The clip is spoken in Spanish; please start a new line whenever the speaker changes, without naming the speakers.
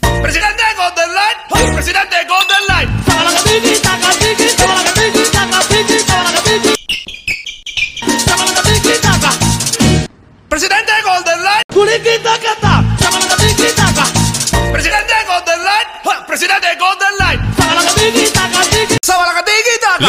Presidente Golden Line, presidente Golden Line.
Saca la gatita, saca la gatita.